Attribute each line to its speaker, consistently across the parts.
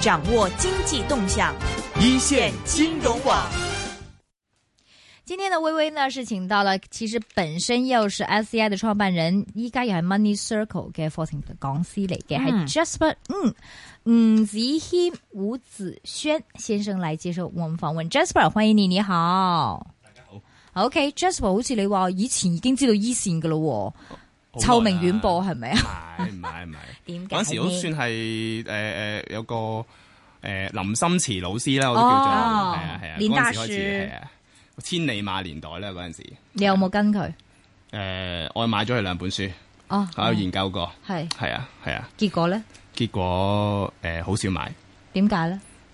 Speaker 1: 掌握经济动向，
Speaker 2: 一线金融网。
Speaker 3: 今天的微微呢是请到了，其實本身又是 SCI 嘅創辦人，依家又係 Money Circle 嘅課程講師嚟嘅，係、
Speaker 1: 嗯
Speaker 3: Jasper 嗯吳子軒吳子軒先生嚟接受我們訪問。Jasper，歡迎你，你好。OK，Jasper，、好似你話以前已經知道依線噶咯喎，臭名遠播係咪啊？
Speaker 2: 係，唔係唔 係，
Speaker 3: 點
Speaker 2: 嗰陣時都算係誒誒有個誒、呃林心慈老師啦，我都
Speaker 3: 哦
Speaker 2: 叫做係啊係啊，
Speaker 3: 連
Speaker 2: 嗰陣
Speaker 3: 大
Speaker 2: 時開始係啊，千里馬年代啦嗰陣時，誒、
Speaker 3: 你有冇跟佢？
Speaker 2: 我買咗佢兩本書，
Speaker 3: 哦，
Speaker 2: 我有研究過，
Speaker 3: 係
Speaker 2: 係啊係啊，
Speaker 3: 結果咧
Speaker 2: 結果誒好、少買，誒、
Speaker 3: 點解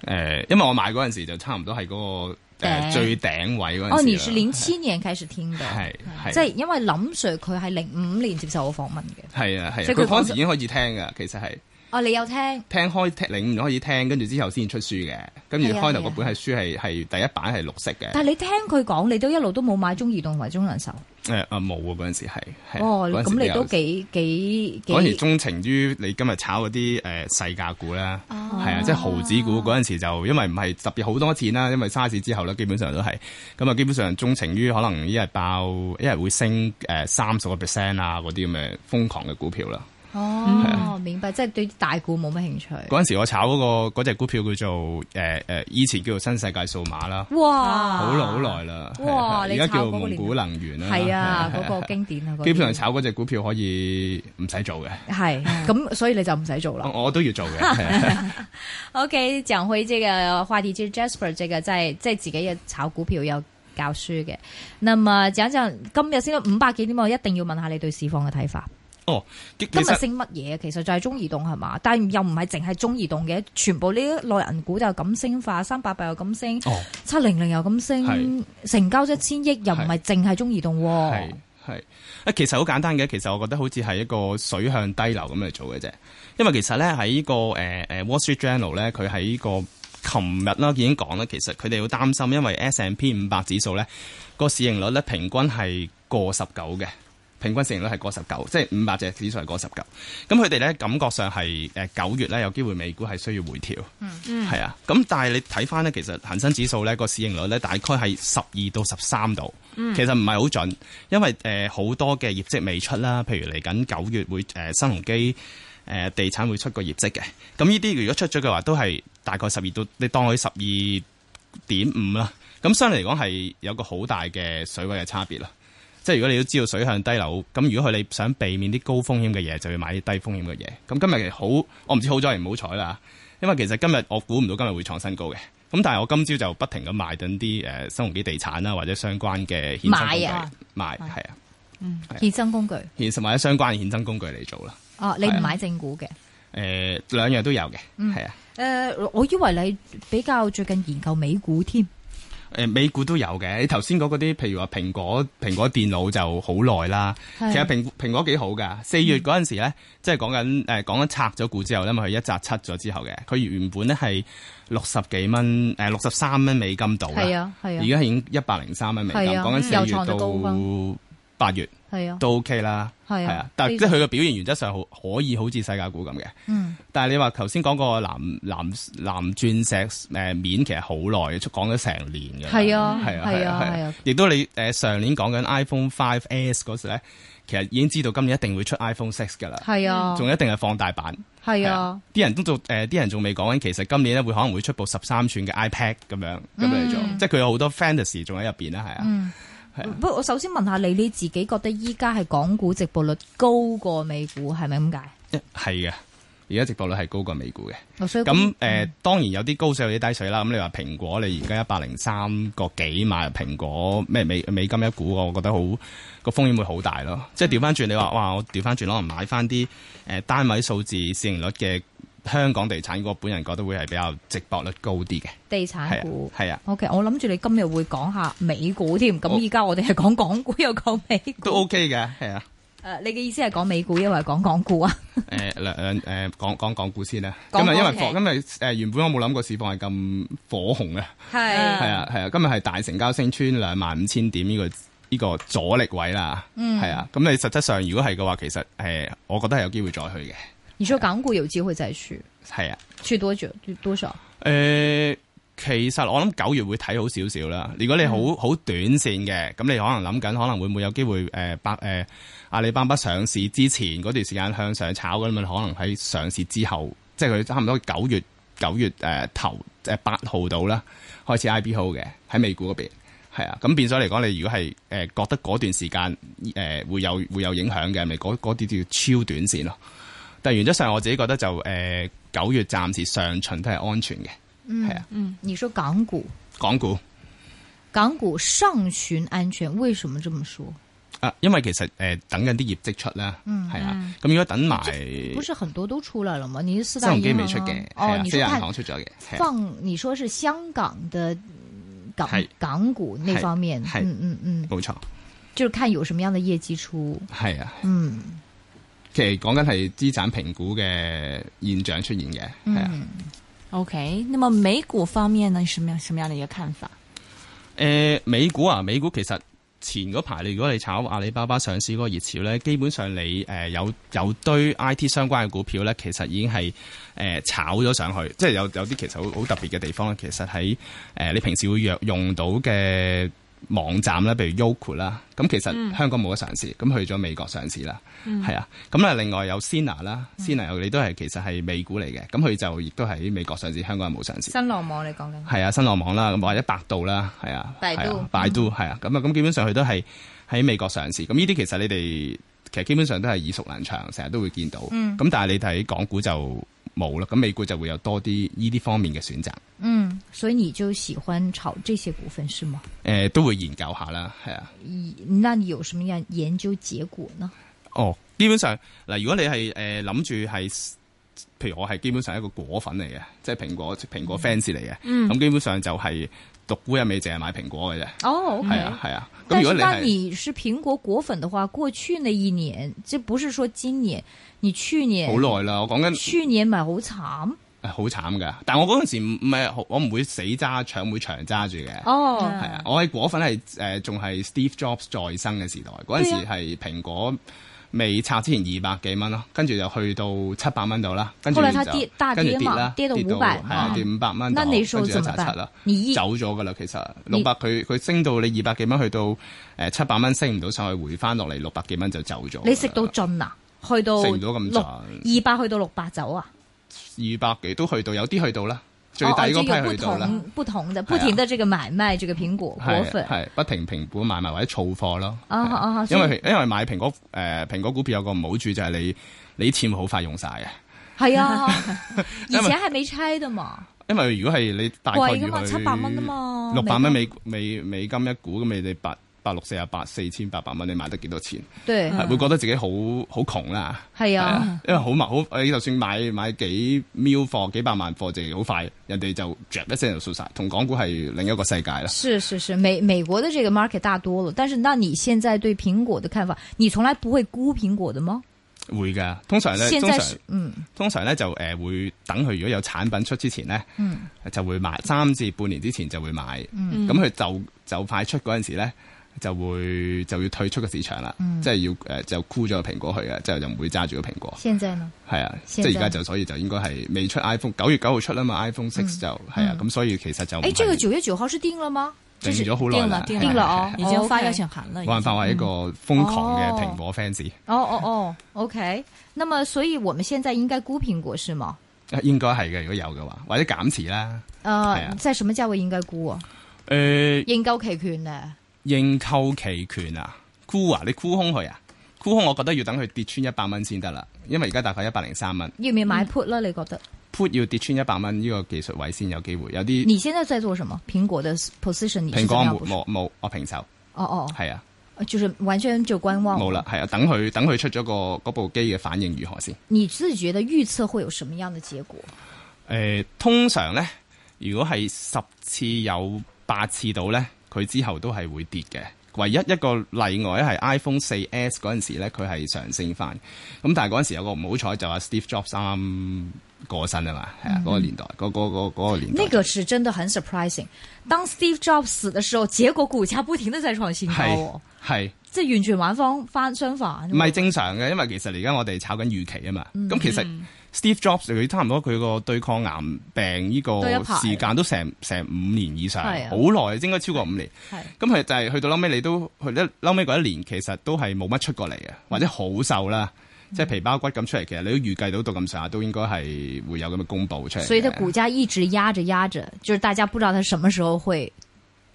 Speaker 3: 咧？
Speaker 2: 因為我買嗰陣時就差唔多係嗰、個、
Speaker 3: 頂
Speaker 2: 誒最頂位嗰陣時啦。啊
Speaker 3: 哦，你是零七年開始聽嘅，
Speaker 2: 係係
Speaker 3: 即係因為林 Sir 佢係零五年接受我訪問嘅。
Speaker 2: 係啊係啊，
Speaker 3: 即係
Speaker 2: 佢
Speaker 3: 佢
Speaker 2: 嗰陣時已經開始聽㗎，其實係。
Speaker 3: 哦，你有聽？
Speaker 2: 聽開聽領唔可以聽，跟住之後先出書嘅。跟住
Speaker 3: 係啊
Speaker 2: 開頭
Speaker 3: 係啊
Speaker 2: 嗰本係書係係第一版係綠色嘅。
Speaker 3: 但係你聽佢講，你都一路都冇買中移動為中人壽。
Speaker 2: 誒啊冇啊！嗰陣時係係
Speaker 3: 哦，
Speaker 2: 嗰陣時
Speaker 3: 咁
Speaker 2: 比
Speaker 3: 你
Speaker 2: 較
Speaker 3: 都幾幾
Speaker 2: 嗰陣時
Speaker 3: 幾
Speaker 2: 鍾情於你今日炒嗰啲誒細價股啦，
Speaker 3: 哦
Speaker 2: 係啊，即係毫子股嗰陣時就因為唔係特別好多錢啦，因為沙士之後咧，基本上都係咁啊，基本上鍾情於可能一日爆一日會升誒三十個 percent 啊嗰啲咁嘅瘋狂嘅股票啦。
Speaker 3: 哦，明白，即係對大股冇乜興趣。
Speaker 2: 啊嗰陣時我炒嗰、個嗰只股票叫做誒誒、呃以前叫做新世界數碼啦。
Speaker 3: 哇，
Speaker 2: 好耐好耐啦，係
Speaker 3: 啊哇
Speaker 2: 係
Speaker 3: 你
Speaker 2: 而家
Speaker 3: 炒
Speaker 2: 叫
Speaker 3: 嗰個
Speaker 2: 蒙
Speaker 3: 年
Speaker 2: 古能源啦，
Speaker 3: 係啊，
Speaker 2: 係
Speaker 3: 嗰個經典啊，嗰啲
Speaker 2: 基本上嗯炒嗰只股票可以唔使做嘅，
Speaker 3: 係咁，所以你就唔使做啦。
Speaker 2: 我我都要做嘅，係啊
Speaker 3: OK，講回這個話題，就是 Jasper 這個在在自己嘅炒股票有教書嘅。那麼講講今日升到五百幾點，啊我一定要問下你對市況嘅睇法。
Speaker 2: 哦，其其
Speaker 3: 今日
Speaker 2: 實
Speaker 3: 升乜嘢？其實就係中移動係嘛，但係又唔係淨係中移動嘅，全部呢啲內銀股就咁升化，三百八又咁升，
Speaker 2: 哦
Speaker 3: 七零零又咁升
Speaker 2: 係，
Speaker 3: 成交一千億又唔係淨係中移動喎
Speaker 2: 係。係啊，其實好簡單嘅，其實我覺得好似係一個水向低流咁嚟做嘅啫，因為其實咧喺呢個誒誒 Wall Street Journal 咧，佢喺呢個琴日啦已經講啦，其實佢哋好擔心，因為 S&P 五百指數咧個市盈率咧平均係過十九嘅。平均市盈率係過十九，即係五百隻指數係過十九。咁佢哋咧感覺上係誒九月咧有機會美股係需要回調，嗯，係啊。咁但係你睇翻咧，其實恒生指數咧個市盈率咧大概係十二到十三度，其實唔係好準，因為誒好、多嘅業績未出啦，譬如嚟緊九月會誒、呃新鴻基。誒、呃地產會出個業績嘅，咁呢啲如果出咗嘅話，都係大概十二到你當佢十二點五啦，咁相對嚟講係有個好大嘅水位嘅差別啦。即係如果你都知道水向低流，咁如果佢哋想避免啲高風險嘅嘢，就要買啲低風險嘅嘢。咁今日其實好，我唔知好彩定唔好彩啦，因為其實今日我估唔到今日會創新高嘅。咁但係我今朝就不停咁賣緊啲誒新鴻基地產啦，或者相關嘅衍生工具
Speaker 3: 買啊
Speaker 2: 賣係啊，
Speaker 3: 衍生工具，
Speaker 2: 衍生或者相關嘅衍生工具嚟做啦。
Speaker 3: 哦，你
Speaker 2: 啊
Speaker 3: 唔買正股嘅？
Speaker 2: 誒兩樣都有嘅，
Speaker 3: 嗯
Speaker 2: 係啊，
Speaker 3: 誒，我以為你比較最近研究美股添。
Speaker 2: 誒美股都有嘅。你頭先講嗰啲，譬如話蘋果蘋果電腦就好耐啦。
Speaker 3: 係
Speaker 2: 其實蘋蘋果幾好㗎。四月嗰陣時咧，即係講緊誒講緊拆咗股之後咧，咪佢一扎七咗之後嘅，佢原本咧係六十幾蚊誒六十三蚊美金到啦，
Speaker 3: 係啊，係
Speaker 2: 而
Speaker 3: 啊，
Speaker 2: 家係已經一百零三蚊美金，
Speaker 3: 係啊
Speaker 2: 講緊
Speaker 3: 又
Speaker 2: 四月
Speaker 3: 創咗高
Speaker 2: 到
Speaker 3: 峰
Speaker 2: 八月
Speaker 3: 係啊，
Speaker 2: 都 OK 啦，
Speaker 3: 係啊
Speaker 2: 係啊，但係
Speaker 3: 呢
Speaker 2: 即係佢嘅表現原則上好可以好似世界股咁嘅。
Speaker 3: 嗯，
Speaker 2: 但係你話頭先講個藍藍藍鑽石誒面其實好耐，講咗成年嘅。
Speaker 3: 係啊
Speaker 2: 係啊，
Speaker 3: 係
Speaker 2: 係
Speaker 3: 啊
Speaker 2: 啊，
Speaker 3: 係
Speaker 2: 係
Speaker 3: 啊
Speaker 2: 啊。亦都你誒上年講緊 iPhone Five S 嗰時咧，其實已經知道今年一定會出 iPhone Six 㗎啦，
Speaker 3: 係啊，
Speaker 2: 仲一定係放大版。
Speaker 3: 係
Speaker 2: 係
Speaker 3: 啊
Speaker 2: 啊，啲人都做誒，啲人仲未講緊，其實今年咧會可能會出部十三寸嘅 iPad 咁樣咁
Speaker 3: 嗯
Speaker 2: 嚟做，即係佢有好多 fantasy 仲喺入邊啦，係啊。
Speaker 3: 不過我首先問下你，你自己覺得依家係港股值博率高過美股，係咪咁解？
Speaker 2: 係嘅，而家直播率係高過美股嘅。
Speaker 3: 我所以
Speaker 2: 咁誒、
Speaker 3: 嗯
Speaker 2: 呃當然有啲高水有啲低水啦。咁你話蘋果，你而家一百零三個幾買入蘋果咩美美金一股，我覺得好個風險會好大咯。即係調翻轉，你
Speaker 3: 嗯
Speaker 2: 話哇，我調翻轉可能買翻啲誒單位數字市盈率嘅香港地產股，我本人覺得會係比較值博率高啲嘅。係
Speaker 3: 地產股
Speaker 2: 啊，。係啊，
Speaker 3: O、k 我諗住你今日會講下美股添，咁
Speaker 2: 好
Speaker 3: 依家我哋係講港股又講美股。
Speaker 2: 都 OK 嘅，係啊。
Speaker 3: 誒、你嘅意思係講美股，因為講港股啊？
Speaker 2: 誒兩兩誒講講港股先啦。今
Speaker 3: 講
Speaker 2: 日因為
Speaker 3: OK
Speaker 2: 火今日誒原本我冇諗過市況係咁火紅嘅。
Speaker 3: 係
Speaker 2: 係啊，係啊，今日係大成交升穿兩萬五千點呢、個呢、個
Speaker 3: 嗯
Speaker 2: 啊阻力位啦，係啊，咁你實質上如果係嘅話，其實誒，我覺得係有機會再去嘅，
Speaker 3: 嗯你说港股有机会再去，
Speaker 2: 係啊。
Speaker 3: 去多久？多少？
Speaker 2: 诶、呃其實我諗九月會睇好少少啦。如果你好好短線嘅，咁你可能諗緊可能會唔會有機會诶百诶阿里巴巴上市之前嗰段時間向上炒咁，咪可能喺上市之後，即係佢差唔多九月九月诶、呃、头诶八號到啦，開始 IB 好嘅喺美股嗰邊。係啊，咁變咗嚟講，你如果係誒、呃、覺得嗰段時間誒、呃、會有會有影響嘅，咪嗰嗰啲叫超短線咯。但原則上我自己覺得就誒九、月暫時上旬都係安全嘅，係啊，
Speaker 3: 嗯
Speaker 1: 嗯
Speaker 3: 你说港股，
Speaker 2: 港股
Speaker 3: 港股上旬安全，为什么这么说？
Speaker 2: 啊，因為其實誒、呃等緊啲業績出啦，係、
Speaker 3: 嗯
Speaker 1: 嗯
Speaker 2: 啊，咁如果等埋
Speaker 3: 不是很多都出来了吗？你是四
Speaker 2: 新
Speaker 3: 大
Speaker 2: 鴻基
Speaker 3: 银行
Speaker 2: 未出嘅，係
Speaker 3: 哦，
Speaker 2: 啊，
Speaker 3: 你
Speaker 2: 即
Speaker 3: 说
Speaker 2: 係銀
Speaker 3: 看
Speaker 2: 行出咗嘅，係啊
Speaker 3: 放，你说是香港的嗯港
Speaker 2: 是
Speaker 3: 港股那
Speaker 2: 是
Speaker 3: 方面，
Speaker 2: 是
Speaker 3: 嗯嗯嗯，
Speaker 2: 冇錯，
Speaker 3: 就是看有什么样的业绩出，
Speaker 2: 係啊，
Speaker 3: 嗯
Speaker 2: 其實講緊係資產評估嘅現象出現嘅，係啊。
Speaker 3: 嗯。
Speaker 1: OK，那么美股方面呢，什么样什么样的一个看法？
Speaker 2: 诶、美股啊，美股其實前嗰排你如果你炒阿里巴巴上市嗰個熱潮咧，基本上你诶、誒有有堆 I T 相關嘅股票咧，其實已經係诶、誒炒咗上去，即係有有啲其實好好特別嘅地方咧，其實喺诶、誒你平時會用用到嘅。網站咧，譬如 Yoku 啦，咁其實香港冇得上市，咁、去咗美國上市啦，係、啊，咁啊另外有 Sina 啦，Sina 你都係其實係美股嚟嘅，咁佢就亦都喺美國上市，香港係冇上市。
Speaker 3: 新浪網你講緊，
Speaker 2: 係啊，新浪網啦，咁或者百度啦，係啊，
Speaker 3: 百度
Speaker 2: 係啊百度係啊，咁啊，咁基本上佢都係喺美國上市。咁呢啲其實你哋其實基本上都係耳熟能詳，成日都會見到。咁、
Speaker 3: 嗯
Speaker 2: 但係你睇港股就冇啦，咁美股就會有多啲呢啲方面嘅選擇。
Speaker 3: 嗯，所以你就喜歡炒這些股份是嗎？
Speaker 2: 誒、都會研究下啦，係啊。
Speaker 3: 以那你有什麼樣研究結果呢？
Speaker 2: 哦，基本上嗱，如果你係誒諗住係。譬如我係基本上一個果粉嚟嘅，即係蘋果蘋
Speaker 3: 嗯
Speaker 2: 果 fans 嚟嘅，咁、基本上就係獨沽一味，淨係買蘋果嘅啫，
Speaker 3: 哦
Speaker 2: 係啊係啊。咁
Speaker 3: 但
Speaker 2: 如果
Speaker 3: 是，
Speaker 2: 你
Speaker 3: 那
Speaker 2: 係
Speaker 3: 你是蘋果果粉的話，過去那一年，這不是說今年，你去年
Speaker 2: 好耐啦，我講緊
Speaker 3: 去年咪好慘
Speaker 2: 係好慘噶，但我嗰陣時唔唔係好，我唔會死揸搶，會長揸住嘅。係
Speaker 3: 哦，
Speaker 1: 嗯
Speaker 2: 啊，我喺果粉係誒仲係 Steve Jobs 在生嘅時代，嗰陣時
Speaker 3: 啊
Speaker 2: 係蘋果未拆之前二百幾蚊咯，跟住就去到七百蚊度啦，跟住
Speaker 3: 後
Speaker 2: 就
Speaker 3: 來它跌大跌
Speaker 2: 跟住
Speaker 3: 啊
Speaker 2: 跌
Speaker 3: 嘛
Speaker 2: 啦，
Speaker 3: 跌到500
Speaker 2: 係啊
Speaker 3: 嗯
Speaker 2: 跌五百蚊度，
Speaker 3: 那你時候
Speaker 2: 跟住
Speaker 3: 怎
Speaker 2: 一
Speaker 3: 麼
Speaker 2: 拆七啦
Speaker 3: 辦？，你一
Speaker 2: 走咗噶啦，其實
Speaker 3: 你
Speaker 2: 六百佢佢升到你二百幾蚊，去到誒七百蚊升唔到上去，回翻落嚟六百幾蚊就走咗。
Speaker 3: 你食到盡啊？去到
Speaker 2: 食唔到咁
Speaker 3: 六
Speaker 2: 盡
Speaker 3: 二百去到六百走啊？
Speaker 2: 二百幾都去到，有啲去到啦，最
Speaker 3: 哦
Speaker 2: 低
Speaker 3: 哦
Speaker 2: 嗰
Speaker 3: 這個
Speaker 2: 批
Speaker 3: 不
Speaker 2: 去到啦。啊
Speaker 3: 同不同的不停的這個買賣這個蘋果果粉，
Speaker 2: 係不停評估買賣或者儲貨咯。
Speaker 3: 啊
Speaker 2: 係
Speaker 3: 啊啊
Speaker 2: 因
Speaker 3: 所以
Speaker 2: 為因為買蘋果誒、呃、蘋果股票有個唔好處就係你你啲錢會好快用晒嘅，
Speaker 3: 係啊， 以
Speaker 2: 因為
Speaker 3: 前還沒拆的嘛。
Speaker 2: 因為如果係你大概
Speaker 1: 貴㗎嘛
Speaker 2: 要去
Speaker 1: 700蚊啊嘛
Speaker 2: 六百蚊美美美金一股咁，你哋八八六四啊八四千八百蚊，你買得幾多錢？
Speaker 3: 對，
Speaker 2: 係會覺得自己好好窮啦。
Speaker 3: 係
Speaker 2: 係
Speaker 3: 啊，
Speaker 2: 啊，因為好麻好，你就算買買幾 m 貨幾百萬貨，就好快，人哋就着一聲就掃晒，同港股係另一個世界啦。
Speaker 3: 是是是，美美國的這個 market 大多了。但是，那你現在對蘋果的看法，你從來不會沽蘋果的嗎？
Speaker 2: 會㗎，通常咧，
Speaker 3: 現
Speaker 2: 通
Speaker 3: 在
Speaker 2: 常。
Speaker 3: 是嗯
Speaker 2: 通常咧就誒會等佢如果有產品出之前咧，
Speaker 3: 嗯
Speaker 2: 就會買三至半年之前就會買。
Speaker 3: 嗯
Speaker 2: 咁佢就就快出嗰陣時咧，就會就要退出個市場啦，
Speaker 3: 嗯
Speaker 2: 即係要誒呃就沽咗個蘋果去嘅，之後就唔會揸住個蘋果。
Speaker 3: 現在呢？
Speaker 2: 係啊，即
Speaker 3: 現在
Speaker 2: 係而家就所以就應該係未出 iPhone 九月九號出啦嘛，iPhone
Speaker 3: 嗯
Speaker 2: Six 就係啊，咁所以其實就唔
Speaker 3: 哎，
Speaker 2: 係
Speaker 3: 這個九月九號是定了嗎？
Speaker 2: 定咗好耐啦，啊
Speaker 1: 定
Speaker 3: 定了哦
Speaker 1: 已经发
Speaker 3: OK
Speaker 1: 邀请函了，已
Speaker 2: 冇辦
Speaker 1: 经
Speaker 2: 法我係一個瘋狂嘅蘋果 fans，
Speaker 3: 哦哦哦，OK。那麼，所以我們現在應該沽蘋果是嗎？
Speaker 2: 應該係嘅，如果有嘅話，或者減持啦。係
Speaker 3: 呃
Speaker 2: 啊，
Speaker 3: 在什麼價位應該沽啊？
Speaker 2: 誒，
Speaker 3: 認購期權啊呢？
Speaker 2: 認購期權啊，沽啊，你沽空佢啊，沽空我覺得要等佢跌穿一百蚊先得啦，因為而家大概一百零三蚊
Speaker 3: 要唔要買 put 啦？你覺得？
Speaker 2: ，put 要跌穿一百蚊呢個技術位先有機會，有啲
Speaker 3: 你現在在做什麼？蘋果的 position 你是
Speaker 2: 嗯蘋
Speaker 3: 怎
Speaker 2: 果
Speaker 3: 麼樣
Speaker 2: 冇
Speaker 3: 部署？
Speaker 2: 冇冇，我平手，
Speaker 3: 哦
Speaker 2: 係啊，
Speaker 3: 哦，就是完全就觀望。
Speaker 2: 冇啦，係啊，等佢等佢出咗個嗰部機嘅反應如何先？
Speaker 3: 你自己覺得預測會有什麼樣的結果？
Speaker 2: 誒、呃通常呢，如果係十次有八次到呢，佢之後都係會跌嘅。唯一一個例外咧係 iPhone 四 S 嗰陣時呢，佢係上升翻。咁但係嗰陣時有個唔好彩就話 Steve Jobs 啱過身啊嘛，係啊，嗰、個年代，嗰、嗰嗰嗰個年代。
Speaker 3: 那個是真的很 surprising。當 Steve Jobs 死的時候，結果股價不停的在創新高
Speaker 2: 係
Speaker 3: 哦。
Speaker 2: 係
Speaker 3: 即係完全玩方翻相反。
Speaker 2: 唔係正常嘅，因為其實而家我哋炒緊預期啊嘛。
Speaker 3: 嗯
Speaker 2: 咁、其實 Steve Jobs 佢差唔多佢個對抗癌病呢個
Speaker 3: 都一排
Speaker 2: 時間都成成五年以上，好
Speaker 3: 係啊
Speaker 2: 耐，應該超過五年。
Speaker 3: 係
Speaker 2: 咁佢就係去到嬲尾，你都去得嬲尾嗰一年，其實都係冇乜出過嚟
Speaker 3: 嗯
Speaker 2: 嘅，或者好瘦啦，即係皮包骨咁出嚟。其實你都預計到到咁上下，都應該係會有咁嘅公佈出嚟嘅。
Speaker 3: 所以佢股價一直壓着壓着，就是大家不知道佢什麼時候會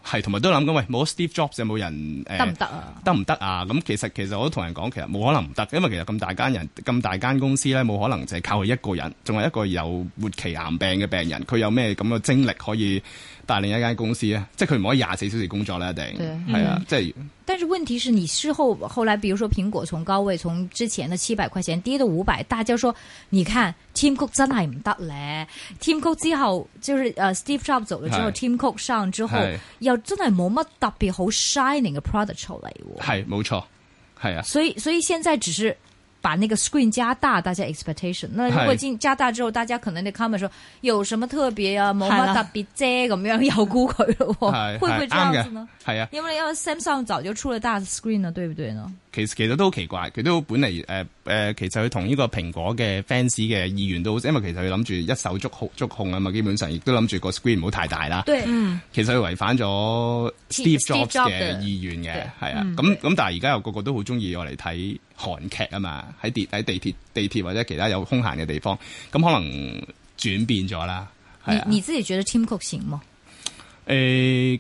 Speaker 2: 係同埋都諗緊，喂，冇咗 Steve Jobs 有冇人誒
Speaker 3: 得唔得啊？
Speaker 2: 得唔得啊？咁其實其實我都同人講，其實冇可能唔得，因為其實咁大間人咁大間公司咧，冇可能就係靠佢一個人，仲係一個有末期癌病嘅病人，佢有咩咁嘅精力可以帶領一間公司咧？即係佢唔可以廿四小時工作啦，一定
Speaker 3: 對嗯
Speaker 2: 係啊！即係
Speaker 3: 但是問題是你事後後來，比如說蘋果從高位從之前的七百塊錢跌到五百，大家說你看 Tim Cook 真係唔得咧，Tim Cook 之後就是呃 Steve Jobs 走了之後
Speaker 2: 係
Speaker 3: ，Tim Cook 上之後
Speaker 2: 係
Speaker 3: 又真係冇乜特別好 shining 嘅 product 出嚟喎，
Speaker 2: 係冇錯，係啊！
Speaker 3: 所以所以現在只是。把那個 screen 加大，大家 expectation。那如果
Speaker 2: 係
Speaker 3: 進加大之後，大家可能你 comment 說有什麼特別啊，冇
Speaker 1: 係
Speaker 3: 乜
Speaker 1: 啦
Speaker 3: 特別啫，咁樣又估佢咯
Speaker 2: 係
Speaker 3: 喎，哦會唔會
Speaker 2: 係
Speaker 3: 這
Speaker 2: 啱
Speaker 3: 樣子呢
Speaker 2: 嘅？，係啊！
Speaker 3: 因為因為 Samsung 早就出了大 screen 了，對不對呢？
Speaker 2: 其實其實都好奇怪，佢都本嚟誒誒，其實佢同呢個蘋果嘅 fans 嘅意願都好，因為其實佢諗住一手捉控捉控啊嘛，基本上亦都諗住個 screen 唔好太大啦。
Speaker 3: 對，
Speaker 2: 其實佢違反咗 Steve
Speaker 3: Steve
Speaker 2: Jobs
Speaker 3: Jobs
Speaker 2: 嘅
Speaker 3: 嘅
Speaker 2: 意願嘅，係啊，咁咁但係而家又個個都好中意我嚟睇韓劇啊嘛，喺地喺地鐵地鐵或者其他有空閒嘅地方，咁可能轉變咗啦，係啊
Speaker 3: 你，你自己覺得 Tim Cook 行嗎？
Speaker 2: 誒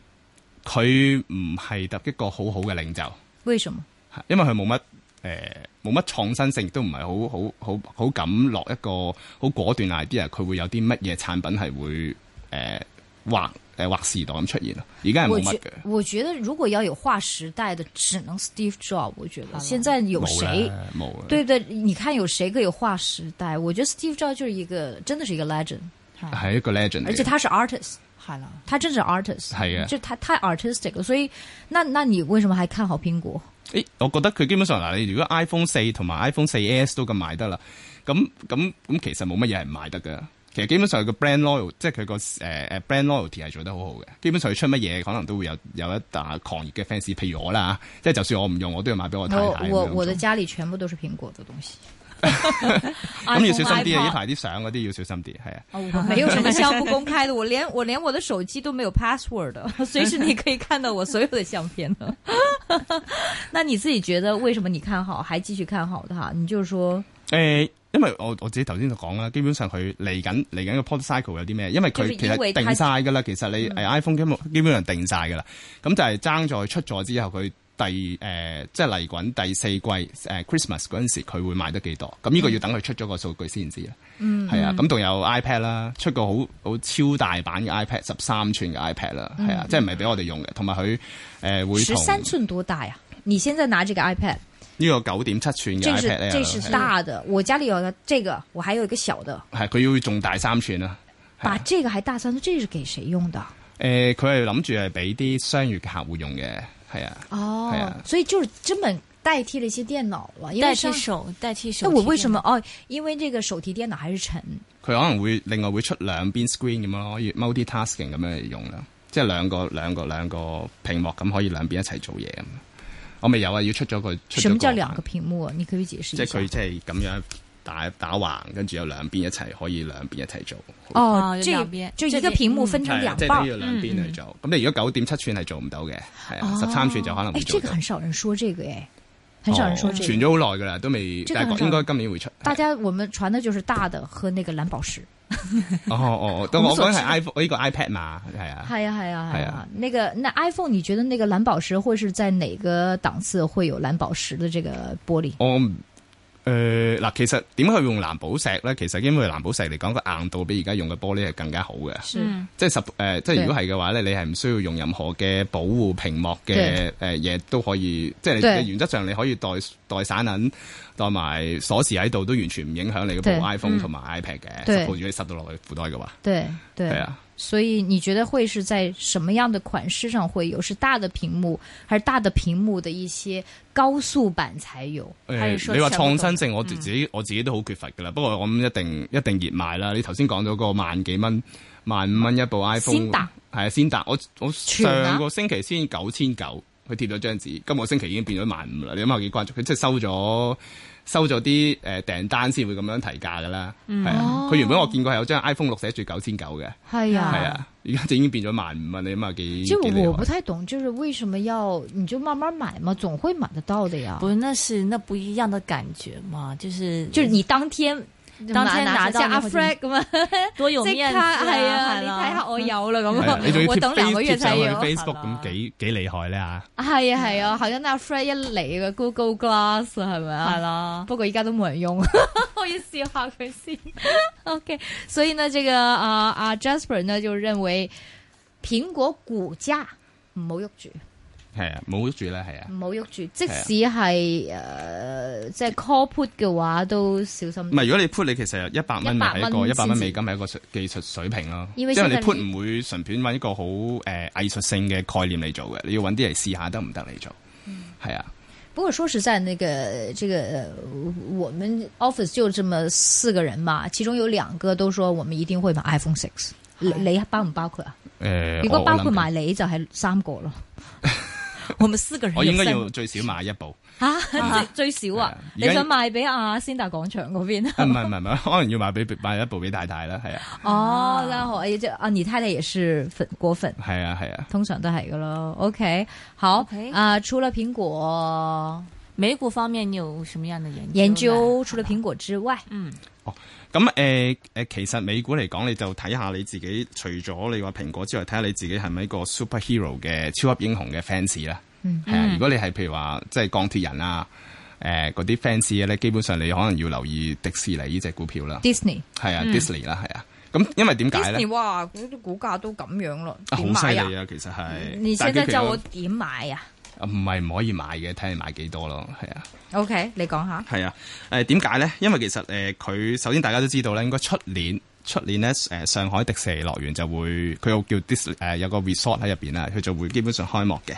Speaker 2: 佢唔係特一個好好嘅領袖，
Speaker 3: 為什麼？
Speaker 2: 因為佢冇乜誒冇乜創新性，亦都唔係好好好好敢落一個好果斷 idea，佢會有啲乜嘢產品係會誒劃誒劃時代咁出現咯，而家係
Speaker 3: 我
Speaker 2: 冇乜
Speaker 3: 覺
Speaker 2: 嘅。
Speaker 3: 我覺得如果要有劃時代的，只能 Steve Jobs。我覺得現在有
Speaker 2: 冇
Speaker 3: 誰
Speaker 2: 啦？冇啦。
Speaker 3: 對不對？你看有誰可以劃時代？我覺得 Steve Jobs 就是一個，真的是一個 legend，
Speaker 2: 係一個 legend 嚟嘅
Speaker 3: 而且他是 artist，
Speaker 1: 係啦，
Speaker 3: 他真是 artist，
Speaker 2: 係啊
Speaker 3: 就他太 artistic 了。所以，那那你為什麼還看好蘋果？
Speaker 2: 誒，我覺得佢基本上嗱，你如果 iPhone 四同埋 iPhone 四 S 都咁賣得啦，咁咁咁其實冇乜嘢係唔賣得㗎。其實基本上佢個 brand loyal，即係佢個誒誒 brand loyalty 係做得好好嘅。基本上佢出乜嘢可能都會有有一打狂熱嘅 fans，譬如我啦，即係就算我唔用，我都要買俾我太
Speaker 3: 我
Speaker 2: 太咁
Speaker 3: 我
Speaker 2: 樣
Speaker 3: 我的
Speaker 2: 做
Speaker 3: 家裏全部都是蘋果的東西。
Speaker 2: 咁要小心
Speaker 3: iPhone
Speaker 2: 啲啊！呢
Speaker 3: iPod
Speaker 2: 排啲相嗰啲要小心啲，係啊。
Speaker 3: 哦我没有什么相不公开的，我连我连我的手机都没有 password 的， 随时你可以看到我所有的相片的。 那你自己觉得为什么你看好，还继续看好的哈？你就说
Speaker 2: 誒、呃因為我我自己頭先就講啦，基本上佢嚟緊嚟緊個 product cycle 有啲咩？因為佢
Speaker 3: 就是
Speaker 2: 其
Speaker 3: 因為
Speaker 2: 實定
Speaker 3: 它
Speaker 2: 晒㗎啦，其實
Speaker 3: 嗯
Speaker 2: 你誒呃 iPhone 基本基本上定晒㗎啦，咁就係爭在出咗之後佢。第誒、即係嚟緊第四季誒、Christmas 嗰陣時，佢會賣得幾多？咁呢個要等佢出咗個數據先知啦。嗯，係啊，咁仲有 iPad 啦，出個好好超大版嘅 iPad，十三寸嘅 iPad 啦，係啊，即係唔係俾我哋用嘅，同埋佢誒會
Speaker 3: 嗯十三
Speaker 2: 同
Speaker 3: 寸多大呀、你现在拿这个 iPad，
Speaker 2: 呢個九點七寸嘅
Speaker 3: 这
Speaker 2: iPad
Speaker 3: 是
Speaker 2: 咧，
Speaker 3: 这是
Speaker 2: 係啊
Speaker 3: 大的，我家里有个这个，我还有一个小的，
Speaker 2: 係啊佢要仲大三寸啦。係
Speaker 3: 把这个还大三寸，这是给谁用的？
Speaker 2: 誒，佢係諗住係俾啲商業嘅客户用嘅，係啊，
Speaker 3: 哦
Speaker 2: 是啊
Speaker 3: 所以就是根本代替了一些电脑了，因为
Speaker 1: 代
Speaker 3: 上
Speaker 1: 替手，代替手
Speaker 3: 那
Speaker 1: 提电脑。
Speaker 3: 我为什么哦？因为这个手提电脑还是沉。
Speaker 2: 佢可能會另外會出兩邊 screen 咁咯，可以 multitasking 咁樣嚟用啦，即係兩個兩個兩個屏幕咁可以兩邊一齊做嘢咁。我咪有啊，要出咗個出咗
Speaker 3: 什麼叫
Speaker 2: 個
Speaker 3: 兩個屏幕啊？你可以解釋
Speaker 2: 即係
Speaker 3: 一下
Speaker 2: 佢。即係咁樣打打橫，跟住有兩邊一齊可以兩邊一齊做。
Speaker 3: 哦
Speaker 1: 哦，有
Speaker 3: 這
Speaker 1: 兩邊
Speaker 3: 就
Speaker 1: 這
Speaker 3: 一個
Speaker 1: 邊
Speaker 3: 屏幕
Speaker 1: 嗯
Speaker 3: 分成
Speaker 2: 係啊
Speaker 3: 兩
Speaker 2: 即係
Speaker 3: 半
Speaker 2: 都
Speaker 3: 儿。
Speaker 2: 要兩邊去做。咁你如果九點七寸係做唔到嘅，係啊，十三寸就可能
Speaker 3: 哎，
Speaker 2: 會
Speaker 3: 這
Speaker 2: 做
Speaker 3: 個
Speaker 2: 到。
Speaker 3: 很少人說這個哎，很少人說這
Speaker 2: 傳
Speaker 3: 個。
Speaker 2: 咗好耐㗎啦，都未，
Speaker 3: 這個
Speaker 2: 但
Speaker 3: 很
Speaker 2: 係
Speaker 3: 少
Speaker 2: 應該今年會出。
Speaker 3: 大家我們傳的就是大的和那個藍寶石。
Speaker 2: 哦 哦哦，
Speaker 3: 我
Speaker 2: 咁
Speaker 3: 們
Speaker 2: 我
Speaker 3: 所
Speaker 2: 講係
Speaker 3: 知
Speaker 2: iPhone 呢個 iPad 嘛，係啊。
Speaker 3: 係啊係啊
Speaker 2: 係
Speaker 3: 係啊
Speaker 2: 啊！
Speaker 3: 那個那 iPhone，你覺得那個藍寶石會是在哪個檔次會有藍寶石的這個玻璃？
Speaker 2: 我唔誒嗱，其實點解佢用藍寶石咧？其實因為藍寶石嚟講，個硬度比而家用嘅玻璃係更加好嘅。
Speaker 1: 嗯？
Speaker 2: 即係十誒、呃即係如果係嘅話咧，你係唔需要用任何嘅保護屏幕嘅誒嘢都可以，即係
Speaker 3: 對
Speaker 2: 你你原則上你可以袋袋散銀、袋埋鎖匙喺度，都完全唔影響你嗰
Speaker 3: 對嗯
Speaker 2: 部 iPhone 同埋 iPad 嘅。
Speaker 3: 對
Speaker 2: 如果你塞到落去褲袋嘅話，
Speaker 3: 對對
Speaker 2: 係。啊，
Speaker 3: 所以你覺得會是在什麼樣的款式上會有？是大的屏幕，還是大的屏幕的一些高速版才有？嗯
Speaker 2: 誒
Speaker 1: 係說
Speaker 2: 你話
Speaker 1: 全部都
Speaker 2: 創新性，我自己、我自己都好缺乏㗎啦。不過我諗一定一定熱賣啦。你頭先講咗個萬幾蚊、萬五蚊一部 iPhone，
Speaker 3: 先達
Speaker 2: 係啊，先達。我我
Speaker 3: 全額
Speaker 2: 上個星期先九千九，佢佢貼咗張紙，今個星期已經變咗萬五啦。你諗下幾關注？佢即係收咗收咗啲誒訂單先會咁樣提價噶啦。係啊，佢原本我見過係有張 iPhone 六寫住九千九嘅，
Speaker 3: 系嗯哦啊，
Speaker 2: 係啊，而家就已經變咗萬五啊！你諗下幾幾
Speaker 3: 就
Speaker 2: 厲
Speaker 3: 我不
Speaker 2: 害？
Speaker 3: 太懂，就是为什么要你就慢慢买嘛，总会买得到的呀。
Speaker 1: 不，那是那不一样的感觉嘛，就是
Speaker 4: 就是你当天
Speaker 1: 當
Speaker 3: 當天
Speaker 1: 天
Speaker 3: 拿
Speaker 1: 拿
Speaker 3: 下
Speaker 1: 到
Speaker 3: 阿
Speaker 1: 你會
Speaker 3: Fred 咁 啊，
Speaker 1: 多有
Speaker 3: 即刻
Speaker 1: 面
Speaker 3: 係
Speaker 1: 子
Speaker 3: 啊！
Speaker 1: 係
Speaker 3: 你
Speaker 1: 啦
Speaker 3: 睇下我有啦
Speaker 2: 係啊，你仲
Speaker 3: 咁，
Speaker 2: 要
Speaker 3: 我
Speaker 2: 貼
Speaker 3: 等兩個
Speaker 2: face-
Speaker 3: 月
Speaker 2: 貼上
Speaker 3: 先
Speaker 2: 去
Speaker 3: 有。
Speaker 2: Facebook 咁幾幾厲害咧嚇！
Speaker 3: 係啊係啊，係啊，阿 Fred 一嚟嘅 Google Glass 係咪啊？
Speaker 1: 係啦，
Speaker 3: 不過而家都冇人用， 我要笑下佢先。OK，所以呢，這個啊啊 Jasper 呢就認為蘋果股價唔好喐住，
Speaker 2: 係啊，冇住咧，係啊，
Speaker 3: 唔好喐住，即使係誒即係 call put 嘅話，都小心
Speaker 2: 唔係如果你 put 你其實一百蚊係一個一
Speaker 3: 100
Speaker 2: 百
Speaker 3: 蚊
Speaker 2: 蚊
Speaker 3: 先
Speaker 2: 美金係一個水技術水平咯，
Speaker 3: 因
Speaker 2: 因為
Speaker 3: 為現
Speaker 2: 你
Speaker 3: 在
Speaker 2: put 唔會純便揾一個好誒藝術性嘅概念嚟做嘅，你要揾啲嚟試下得唔得嚟做，
Speaker 3: 嗯
Speaker 2: 係啊。
Speaker 3: 不过说实在，那个这个呃我们 office 就这么四个人嘛，其中有两个都说我们一定会买 iPhone Six。你你包唔包括啊？
Speaker 2: 誒，
Speaker 3: 如果包
Speaker 2: 我諗
Speaker 3: 括
Speaker 2: 緊
Speaker 3: 埋你就係三個咯，
Speaker 1: 我们四个人
Speaker 2: 我應該
Speaker 1: 有
Speaker 2: 要
Speaker 1: 三
Speaker 2: 最少買一部，
Speaker 3: 吓 最少
Speaker 2: 係
Speaker 3: 啊！
Speaker 2: 啊
Speaker 3: 你
Speaker 2: 而家
Speaker 3: 想賣俾阿仙達廣場嗰邊
Speaker 2: 啊唔係唔係唔係， 可能要買俾買一部俾太太啦，係啊，
Speaker 3: 哦，然後哎，這啊，你太太也是粉果粉，
Speaker 2: 係啊，係啊，
Speaker 3: 通常都係噶咯。OK，好啊
Speaker 1: OK
Speaker 3: 除了蘋果
Speaker 1: 美股方面，你有什么样的研究呢
Speaker 3: 研究，除了蘋果之外，
Speaker 1: 嗯，
Speaker 2: 咁誒誒，其實美股嚟講，你就睇下你自己，除咗你話蘋果之外，睇下你自己係咪一個 superhero 嘅超級英雄嘅 fans 啦。
Speaker 3: 嗯
Speaker 2: 係啊，如果你係譬如話即係鋼鐵人啊，誒嗰啲 fans 嘅咧，基本上你可能要留意迪士尼呢只股票啦。
Speaker 3: Disney。
Speaker 2: 係
Speaker 3: 嗯
Speaker 2: 啊，Disney 啦，係啊。咁因為點解咧？
Speaker 3: 哇，嗰啲股價都咁樣咯，
Speaker 2: 啊好
Speaker 3: 點買
Speaker 2: 犀
Speaker 3: 啊
Speaker 2: 利啊！其實係，
Speaker 3: 你
Speaker 2: 但係佢
Speaker 3: 現在
Speaker 2: 其
Speaker 3: 叫
Speaker 2: 實
Speaker 3: 我點買啊
Speaker 2: 唔係唔可以買嘅，睇你買幾多咯，係啊。
Speaker 3: ？OK，你講下。
Speaker 2: 係啊，誒點解咧？因為其實誒佢、首先大家都知道咧，應該出年出年咧誒、上海迪士尼樂園就會佢有叫 dis 誒、有個 resort 喺入邊啦，佢就會基本上開幕嘅。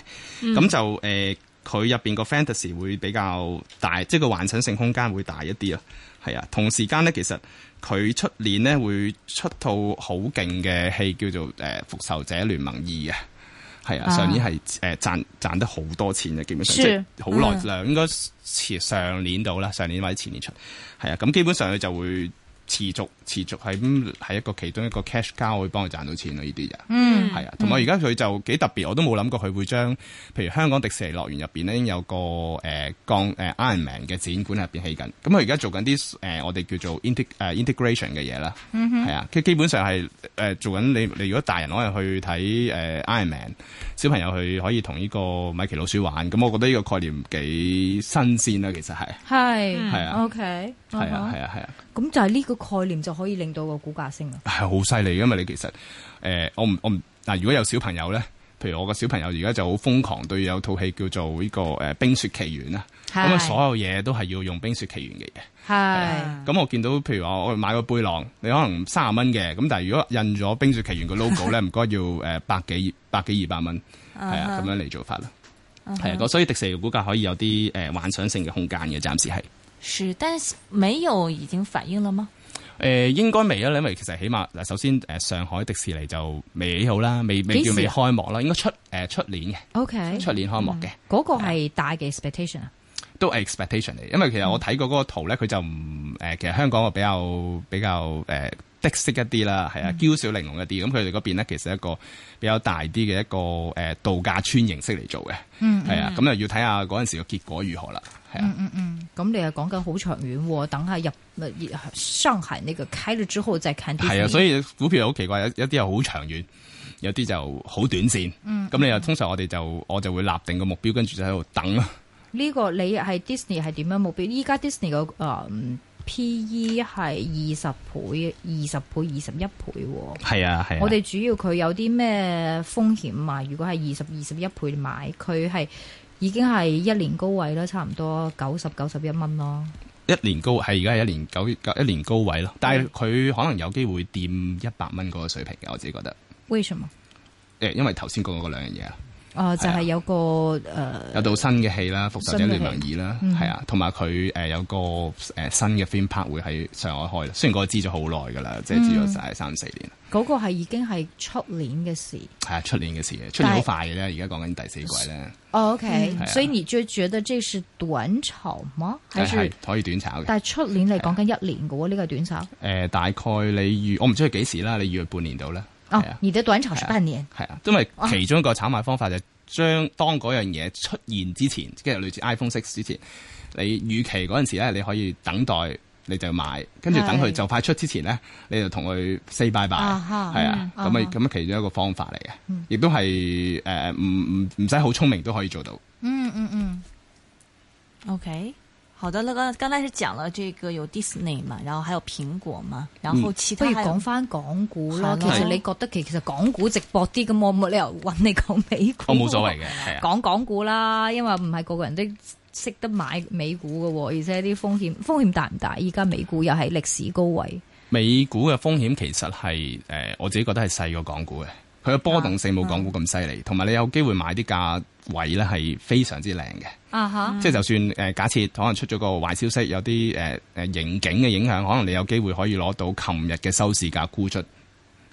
Speaker 2: 咁、就誒佢入邊個 fantasy 會比較大，即係個幻想性空間會大一啲啊。係啊，同時間咧，其實佢出年咧會出套好勁嘅戲，叫做誒、復仇者聯盟二》嘅。係啊，
Speaker 3: 啊
Speaker 2: 上年係誒賺賺得好多錢嘅，基本上
Speaker 3: 是
Speaker 2: 即係好耐啦，應該前上年到啦，上年或者前年出，係啊，咁基本上佢就會持續持續係咁係一個其中一個 cash cow 會幫佢賺到錢咯，呢啲就
Speaker 3: 嗯
Speaker 2: 係啊，同埋而家佢就幾特別，我都冇諗過佢會將譬如香港迪士尼樂園入邊呢，已經有個誒鋼誒 Iron Man 嘅展館入邊起緊，咁佢而家做緊啲呃誒我哋叫做 integ 誒 integration 嘅嘢啦，
Speaker 3: 嗯
Speaker 2: 係啊，佢基本上係誒做緊你你如果大人可能去睇誒 Iron Man，小朋友去可以同呢個米奇老鼠玩，咁我覺得呢個概念幾新鮮啦，其實係
Speaker 3: 係
Speaker 2: 係啊
Speaker 3: OK，嗯
Speaker 2: 係啊係啊係啊。
Speaker 3: 咁就係呢個概念就可以令到個股價升啊啦。
Speaker 2: 係好犀利噶嘛！你其實誒、呃我唔我唔嗱，如果有小朋友咧，譬如我個小朋友而家就好瘋狂對有套戲叫做呢、個誒、呃冰雪奇緣》啦，咁啊所啊有嘢都係要用冰雪奇緣嘅嘢。
Speaker 3: 係
Speaker 2: 咁我見到譬如我我買個背囊，你可能三十蚊嘅，咁但係如果印咗冰雪奇緣個 logo 咧，唔該要誒百幾百幾二百蚊，係啊咁樣嚟做法啦。係啊，咁所以迪士尼嘅股價可以有啲誒、呃幻想性嘅空間嘅，暫時係。
Speaker 1: 是，但是没有已经反映了吗？
Speaker 2: 誒、應該未啊，因為其實起碼嗱，首先誒、呃上海迪士尼就未起好啦，未未
Speaker 3: 幾時
Speaker 2: 叫
Speaker 3: 啊嗯
Speaker 2: 未開幕啦，應該出誒出、年嘅，
Speaker 3: OK，
Speaker 2: 出年開幕嘅，
Speaker 3: 嗰個係大嘅 expectation 啊。
Speaker 2: 都係 expectation 嚟。因為其實我睇過嗰個圖咧，佢就唔誒、呃其實香港我比較比較誒、的式一啲啦，係啊，
Speaker 3: 嗯
Speaker 2: 嬌小玲瓏一啲。咁佢哋嗰邊咧，其實一個比較大啲嘅一個誒、度假村形式嚟做嘅，嗯，係啊，咁又要睇下嗰陣時嘅結果如何啦，係啊。
Speaker 3: 咁你又講緊好長遠喎，等下入咪上海那個開了之後再看 Disney。
Speaker 2: 係啊，所以股票好奇怪，有有啲又好長遠，有啲就好短線。咁、你又通常我哋就我就會立定個目標，跟住就喺度等啦。
Speaker 3: 呢個你係 Disney 係點樣目標？依家 Disney 個呃誒 P/E E 係二十倍、二十倍、二十一倍喎。
Speaker 2: 係 啊，係
Speaker 3: 我哋主要佢有啲咩風險啊？如果係二十二十一倍買，佢係已經係一年高位啦，差唔多九十九十一蚊咯。
Speaker 2: 一年高係而家係一年九九一年高位咯，但係佢可能有機會掂一百蚊嗰個水平嘅，我自己覺得。
Speaker 3: 為什麼？
Speaker 2: 誒，因為頭先講嗰兩樣嘢啦，
Speaker 3: 哦，就係有個呃誒
Speaker 2: 有套新嘅戲啦，《復仇者聯盟二》啦，
Speaker 3: 嗯
Speaker 2: 係啊，同埋佢誒有個誒新嘅 film park 會喺上海開啦。雖然嗰個知咗好耐噶啦，即係知咗晒三四年，
Speaker 3: 嗰個係已經係出年嘅事。
Speaker 2: 係啊，出年嘅事嘅，出年好快嘅啫。而家講緊第四季咧，
Speaker 3: 哦 OK，
Speaker 2: 係啊
Speaker 3: 嗯所以你就覺得這是短炒嗎？還
Speaker 2: 係
Speaker 3: 是
Speaker 2: 係可以短炒嘅。
Speaker 3: 但係出年你講緊一年嘅喎，呢個係短炒。
Speaker 2: 誒，大概你預我唔知佢幾時啦，你預佢半年到啦。
Speaker 3: 哦
Speaker 2: 係啊，
Speaker 3: 你的短炒是半年。
Speaker 2: 係啊，因為其中一個炒賣方法就係將當嗰樣嘢出現之前，即係類似 iPhone Six 之前，你預期嗰陣時咧，你可以等待，你就買，跟住等佢
Speaker 3: 係
Speaker 2: 就快出之前咧，你就同佢 say bye bye，
Speaker 3: 啊哈
Speaker 2: 係啊，咁啊
Speaker 3: 嗯啊嗯
Speaker 2: 咁啊其中一個方法嚟嘅，亦都係誒唔唔唔使好聰明都可以做到。
Speaker 3: 嗯嗯嗯，
Speaker 1: OK，好的，那个刚才是讲了这个有 Disney 嘛，然后还有苹果嘛，然后其
Speaker 3: 不
Speaker 1: 他
Speaker 3: 如
Speaker 1: 还有
Speaker 3: 講翻港股
Speaker 1: 係
Speaker 3: 啦。
Speaker 1: 咯
Speaker 3: 其實你覺得其其實港股直播啲咁，我冇理由揾你講美股。
Speaker 2: 哦我冇所謂嘅，係啊，
Speaker 3: 講港股啦，因為唔係個個人都識得買美股嘅喎，而且啲風險風險大唔大？依家美股又係歷史高位，
Speaker 2: 美股嘅風險其實係誒、呃我自己覺得係細過港股嘅，佢嘅波動性冇港股咁犀利，同埋你有機會買啲價位咧係非常之靚嘅。
Speaker 3: 啊哈，
Speaker 2: 即係就算誒、呃假設可能出咗個壞消息，有啲呃誒誒刑警嘅影響，可能你有機會可以攞到琴日嘅收市價沽出，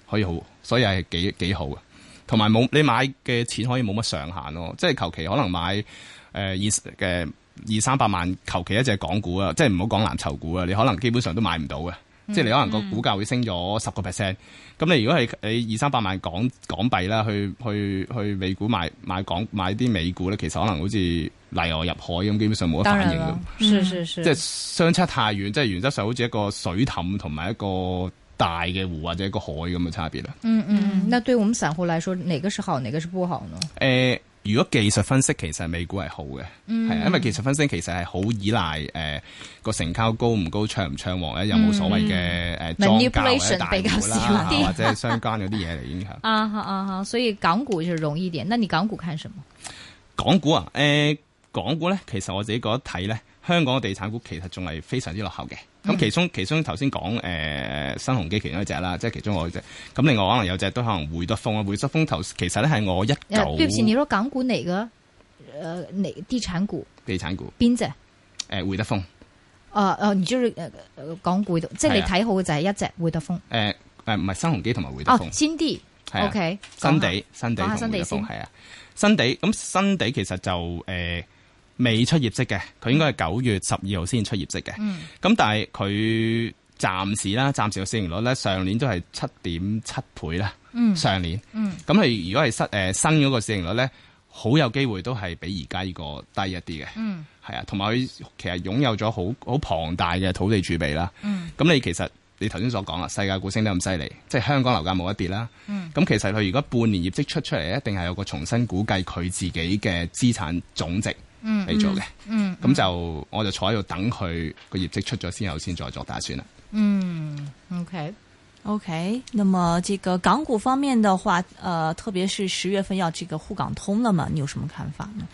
Speaker 2: 可以好，所以係幾幾好嘅。同埋冇你買嘅錢可以冇乜上限咯，即係求其可能買誒呃二嘅二三百萬，求其一隻港股啊，即係唔好講藍籌股啊，你可能基本上都買唔到嘅。
Speaker 3: 嗯
Speaker 2: 即係你可能個股價會升咗十個 percent，咁你如果係呃你二三百萬港港幣啦，去去去美股買買港買啲美股咧，其實可能好似例外入海咁，基本上冇乜
Speaker 3: 當
Speaker 2: 反
Speaker 3: 然
Speaker 2: 應咁
Speaker 3: 啦。，是是是，
Speaker 2: 即係相差太遠，即係原則上好似一個水氹同埋一個大嘅湖或者一個海咁嘅差別啦。
Speaker 3: 嗯嗯，那對我們散戶來說，哪個是好，哪個是不好呢？
Speaker 2: 誒、呃如果技術分析其實美股係好嘅，係、
Speaker 3: 嗯
Speaker 2: 因為技術分析其實係好依賴誒個、成交高唔高、暢唔暢旺咧，有冇所謂嘅誒呃莊家或者
Speaker 3: 嗯 Manipulation
Speaker 2: 大
Speaker 3: 比較
Speaker 2: 戶
Speaker 3: 少
Speaker 2: 啦，
Speaker 3: 啲
Speaker 2: 或者係相關嗰啲嘢嚟影響。
Speaker 3: 啊哈啊哈，所以港股就容易一點。那你港股看什麼？
Speaker 2: 港股啊，誒、港股咧，其實我自己覺得睇咧，香港嘅地產股其實仲係非常之落後嘅。
Speaker 3: 嗯
Speaker 2: 咁其中其中頭先講誒新鴻基其中一隻啦，即係其中我一隻。咁另外可能有隻都可能會德豐啊，會德豐頭其實咧係我一
Speaker 3: 呃對不起，你
Speaker 2: 九
Speaker 3: 說港股哪個？呃，哪地產股
Speaker 2: 地產股
Speaker 3: 邊隻？
Speaker 2: 誒會德豐。
Speaker 3: 哦哦，你就是呃呃港股，即係你
Speaker 2: 係啊
Speaker 3: 睇好嘅就係一隻會德豐。
Speaker 2: 誒誒呃唔係新鴻基同埋會德
Speaker 3: 哦，
Speaker 2: 豐，
Speaker 3: 先啲
Speaker 2: 係啊
Speaker 3: ，OK，
Speaker 2: 新
Speaker 3: 講下
Speaker 2: 地新地
Speaker 3: 講
Speaker 2: 同會德
Speaker 3: 下新
Speaker 2: 豐
Speaker 3: 地先
Speaker 2: 係啊，新地咁新地其實就誒、未出業績嘅，佢應該係九月十二號先出業績嘅。咁、
Speaker 3: 嗯
Speaker 2: 但係佢暫時啦，暫時嘅市盈率咧，上年都係七點七倍啦。
Speaker 3: 嗯
Speaker 2: 上年
Speaker 3: 嗯
Speaker 2: 咁佢如果係新誒新嗰個市盈率咧，好有機會都係比而家呢個低一啲嘅。
Speaker 3: 嗯
Speaker 2: 係啊，同埋佢其實擁有咗好好龐大嘅土地儲備啦。
Speaker 3: 嗯
Speaker 2: 咁你其實你頭先所講啦，世界股升得咁犀利，即係香港樓價冇一跌啦。咁、
Speaker 3: 嗯
Speaker 2: 其實佢如果半年業績出出嚟，一定係有個重新估計佢自己嘅資產總值
Speaker 3: 嗯
Speaker 2: 嚟做嘅。咁、
Speaker 3: 嗯
Speaker 2: 就我就坐喺度等佢個業績出咗之後，先再作打算啦。
Speaker 3: 嗯，OK，
Speaker 1: OK，那么这个港股方面的话，呃，特别是十月份要这个沪港通了嘛，你有什么看法呢？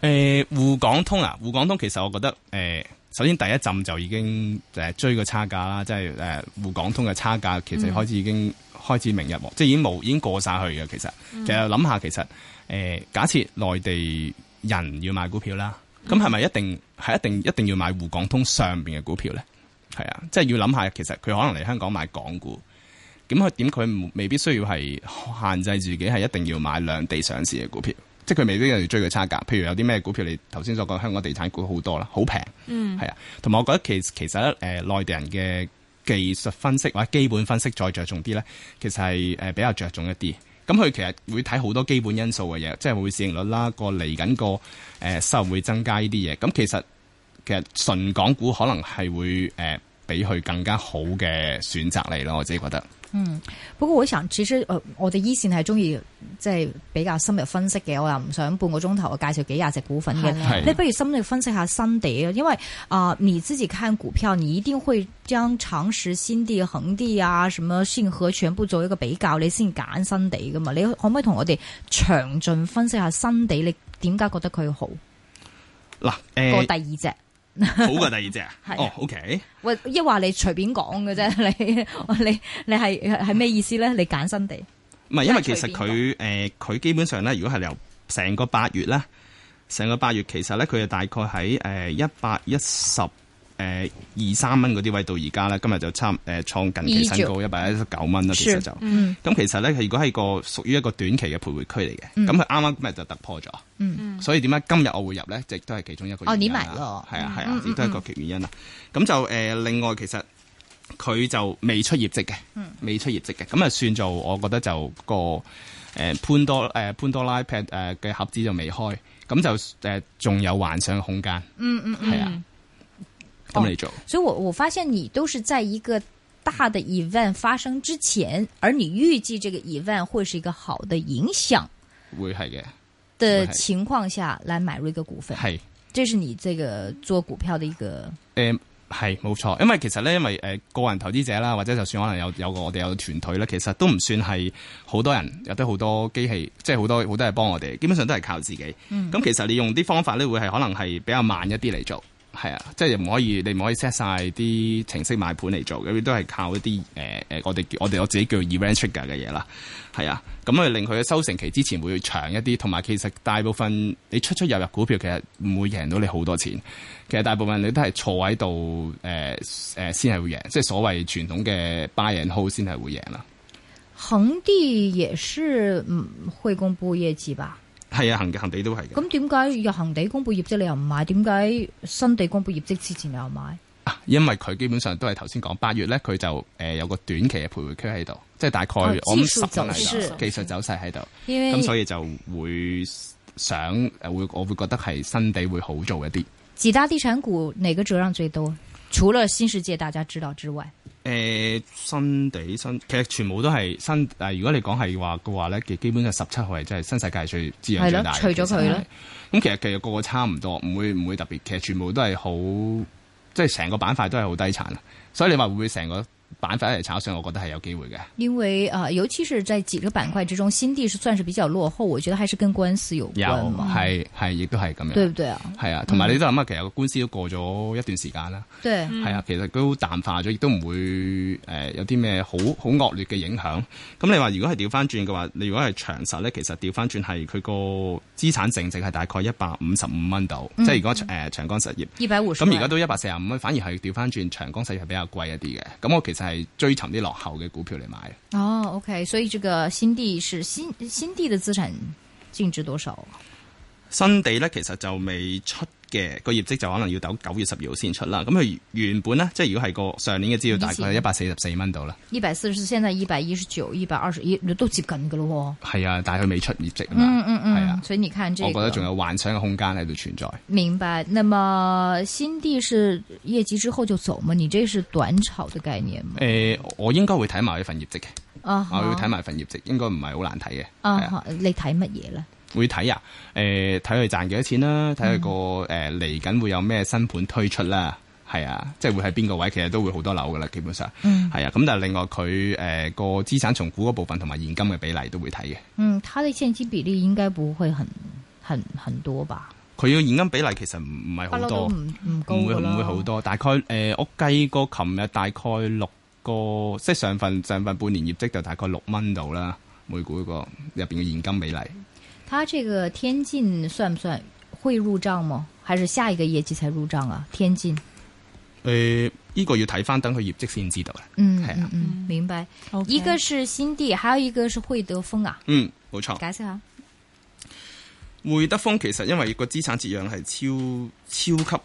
Speaker 2: 誒、滬港通啊，滬港通其實我覺得誒、首先第一陣就已經誒追個差價啦，即係誒滬港通嘅差價，其實開始已經開始明日黃，即係已經冇已經過晒去嘅。其實其實諗下，其實誒、假設內地人要買股票啦，咁係咪一定係一定一定要買滬港通上邊嘅股票咧？係啊，即係要諗下，其實佢可能嚟香港買港股。咁佢點佢唔未必需要係限制自己係一定要買兩地上市嘅股票，即係佢未必一定要追佢差價。譬如有啲咩股票，你頭先所講香港地產股好多啦，好平，嗯，係啊。同埋我覺得其其實咧，誒、呃內地人嘅技術分析或者基本分析再着重啲咧，其實係誒、呃比較着重一啲。咁佢其實會睇好多基本因素嘅嘢，即係會市盈率啦，個嚟緊個誒收入會增加呢啲嘢。咁其實其實純港股可能係會誒俾佢更加好嘅選擇嚟咯，我自己覺得。
Speaker 3: 不過我想，其實呃我哋依線係中意即係比較深入分析嘅，我又唔想半個鐘頭介紹幾廿隻股份嘅
Speaker 1: 係。
Speaker 2: 係
Speaker 3: 那不如深入分析下新地啊，因為啊、呃你自己看股票，你一定會將常識、新地、恒地啊、什麼信和全部做一個比較，你先揀新地噶嘛。你可唔可以同我哋詳盡分析下新地？你點解覺得佢好
Speaker 2: 嗱，
Speaker 3: 過
Speaker 2: 誒、
Speaker 3: 第二隻？
Speaker 2: 好過第二隻啊
Speaker 3: 係啊
Speaker 2: 哦，OK，
Speaker 3: 喂，一話你隨便講嘅啫，你你你係係咩意思咧？你揀新地？
Speaker 2: 誒、唔係，因為其實佢誒佢基本上咧，如果係由成個八月咧，成個八月其實咧，佢係大概喺誒一百一十誒呃二三蚊嗰啲位到而家咧，今日就差誒、呃、創近期新高一百一十九蚊啦。其實就咁、
Speaker 4: 嗯
Speaker 2: 其實咧，佢如果係個屬於一個短期嘅徘徊區嚟嘅，咁佢啱啱今日就突破咗。
Speaker 3: 嗯
Speaker 2: 所以點解今日我會入咧，亦都係其中一個
Speaker 3: 哦
Speaker 2: 原因
Speaker 3: 你埋咯
Speaker 2: 啦。係啊係
Speaker 3: 嗯
Speaker 2: 啊
Speaker 3: 嗯，
Speaker 2: 亦都係一個原因啦。咁就誒、呃另外其實佢就未出業績嘅，
Speaker 3: 嗯
Speaker 2: 未出業績嘅，咁啊算做我覺得就個誒、呃潘多誒、呃潘多拉 pad 誒嘅盒子就未開，咁就誒仲、有幻想空間，
Speaker 3: 嗯嗯哦
Speaker 2: 係啊，咁嚟做。
Speaker 3: 所以我我发现你都是在一个大的 event 发生之前，而你预计这个 event 会是一个好的影响
Speaker 2: 會係嘅，会
Speaker 3: 的
Speaker 2: 是
Speaker 3: 情况下来买入一个股份，
Speaker 2: 係
Speaker 3: 这是你这个做股票的一个
Speaker 2: 誒呃係冇錯，因為其實咧，因為誒、呃、個人投資者啦，或者就算可能有有個我哋有團隊咧，其實都唔算係好多人，有得好多機器，即係好多好多係幫我哋，基本上都係靠自己。咁、其實你用啲方法咧，會係可能係比較慢一啲嚟做。係啊，即係唔可以，你唔可以 set 晒啲程式買盤嚟做，咁都係靠一啲誒誒，我哋叫我哋我自己叫 event trigger 嘅嘢啦，係啊，咁啊令佢嘅收成期之前會長一啲，同埋其實大部分你出出入入股票其實唔會贏到你好多錢，其實大部分你都係坐喺度誒誒先係會贏，即係所謂傳統嘅 buy and hold 先係會贏啦。
Speaker 3: 恒地也是嗯会公布业绩吧？
Speaker 2: 係啊，恒恒地都係嘅，
Speaker 3: 咁點解入恒地公布業績你又唔買？點解新地公布業績之前你又買？
Speaker 2: 啊因為佢基本上都係頭先講八月咧，佢就誒、呃有個短期嘅徘徊區喺度，即係大概
Speaker 3: 哦
Speaker 2: 我
Speaker 3: 技
Speaker 2: 諗
Speaker 3: 術
Speaker 2: 十分
Speaker 3: 走
Speaker 2: 嚟
Speaker 3: 勢
Speaker 2: 講，技術走勢喺度。
Speaker 3: 因為
Speaker 2: 咁所以就會想誒會，我會覺得係新地會好做一啲。誒、
Speaker 3: 幾大地產股哪個折讓最多？除了新世界大家知道之外，
Speaker 2: 呃新地新其實全部都係新誒、如果你講係話嘅話咧，其基本上十七號係真係新世界最滋養最大嘅
Speaker 3: 係咯除咗佢啦。
Speaker 2: 其實係咁其實其實個個差唔多，唔會唔會特別，其實全部都係好，即係成個板塊都係好低殘啊。所以你話會唔會成個板塊一齊炒上？我覺得係有機會嘅。
Speaker 3: 因為啊、呃尤其是在幾個板塊之中，新地是算是比較落後，我覺得還是跟官司有
Speaker 2: 有
Speaker 3: 關嘛，
Speaker 2: 係係，亦都係咁
Speaker 3: 對
Speaker 2: 樣。
Speaker 3: 不對啊？
Speaker 2: 係啊，同埋你都諗下，其實個官司都過咗一段時間啦。
Speaker 3: 對，
Speaker 2: 係啊，其實都淡化咗，亦都唔會誒、呃有啲咩好好惡劣嘅影響。咁你話如果係調翻轉嘅話，你如果係長實咧，其實調翻轉係佢個資產淨值係大概一百五十五蚊度，即係如果誒、呃、長江實業。
Speaker 3: 一百五十。
Speaker 2: 咁而家都一百四十五蚊，反而係調翻轉長江實業係比較貴一啲嘅。咁我其實係追尋啲落後嘅股票嚟買。
Speaker 3: 哦，OK，所以這個新地是新新地的資產淨值多少啊？
Speaker 2: 新地咧其實就未出嘅，個業績就可能要等九月十二號先出啦。咁佢原本咧，即係如果係個上年嘅資料，大概係一百四十四蚊度啦。
Speaker 3: 一百四十，現在一百一十九、一百二十一，都接近噶咯
Speaker 2: 係啊，但係佢未出業績啊
Speaker 3: 喎。嗯
Speaker 2: 嘛。
Speaker 3: 嗯
Speaker 2: 係
Speaker 3: 嗯
Speaker 2: 啊，
Speaker 3: 所以你看這個，
Speaker 2: 我覺得仲有幻想嘅空間喺度存在。
Speaker 3: 明白。那么新地是业绩之后就走吗？你这是短炒的概念吗？
Speaker 2: 誒、我應該會睇埋佢份業績嘅，
Speaker 3: 啊
Speaker 2: 哎我會
Speaker 3: 哈，
Speaker 2: 睇埋份業績，應該唔係好難睇嘅。
Speaker 3: 啊
Speaker 2: 係啊
Speaker 3: 哈，你睇乜嘢咧？
Speaker 2: 會睇啊，誒睇佢賺幾多錢啦，睇佢個誒
Speaker 3: 嗯
Speaker 2: 嚟緊會有咩新盤推出啦，係啊，即係會喺邊個位，其實都會好多樓噶啦，基本上，係、
Speaker 3: 嗯
Speaker 2: 啊，咁但係另外佢誒個資產重估嗰部分同埋現金嘅比例都會睇嘅，
Speaker 3: 嗯，它的现金比例应该不会很很很多吧？
Speaker 2: 佢嘅現金比例其實唔唔係
Speaker 3: 不
Speaker 2: 好
Speaker 3: 嬲都
Speaker 2: 多，
Speaker 3: 唔唔高
Speaker 2: 唔會
Speaker 3: 噶啦
Speaker 2: 唔會好多，大概誒、呃我計過琴日大概六個，即係上份上份半年業績就大概六蚊到啦，每股嗰個入邊嘅現金比例。
Speaker 3: 它这个天津算不算会入账吗？还是下一个业绩才入账啊？天津，
Speaker 2: 誒、呢、個要睇翻等佢業績先知道啦。
Speaker 3: 嗯
Speaker 2: 係
Speaker 3: 嗯
Speaker 2: 啊
Speaker 3: 嗯，明白。
Speaker 1: OK
Speaker 3: 一个是新地，还有一个是惠德丰啊。
Speaker 2: 嗯，冇錯。
Speaker 3: 解釋下，啊
Speaker 2: 匯德豐其實因為個資產折讓係超超級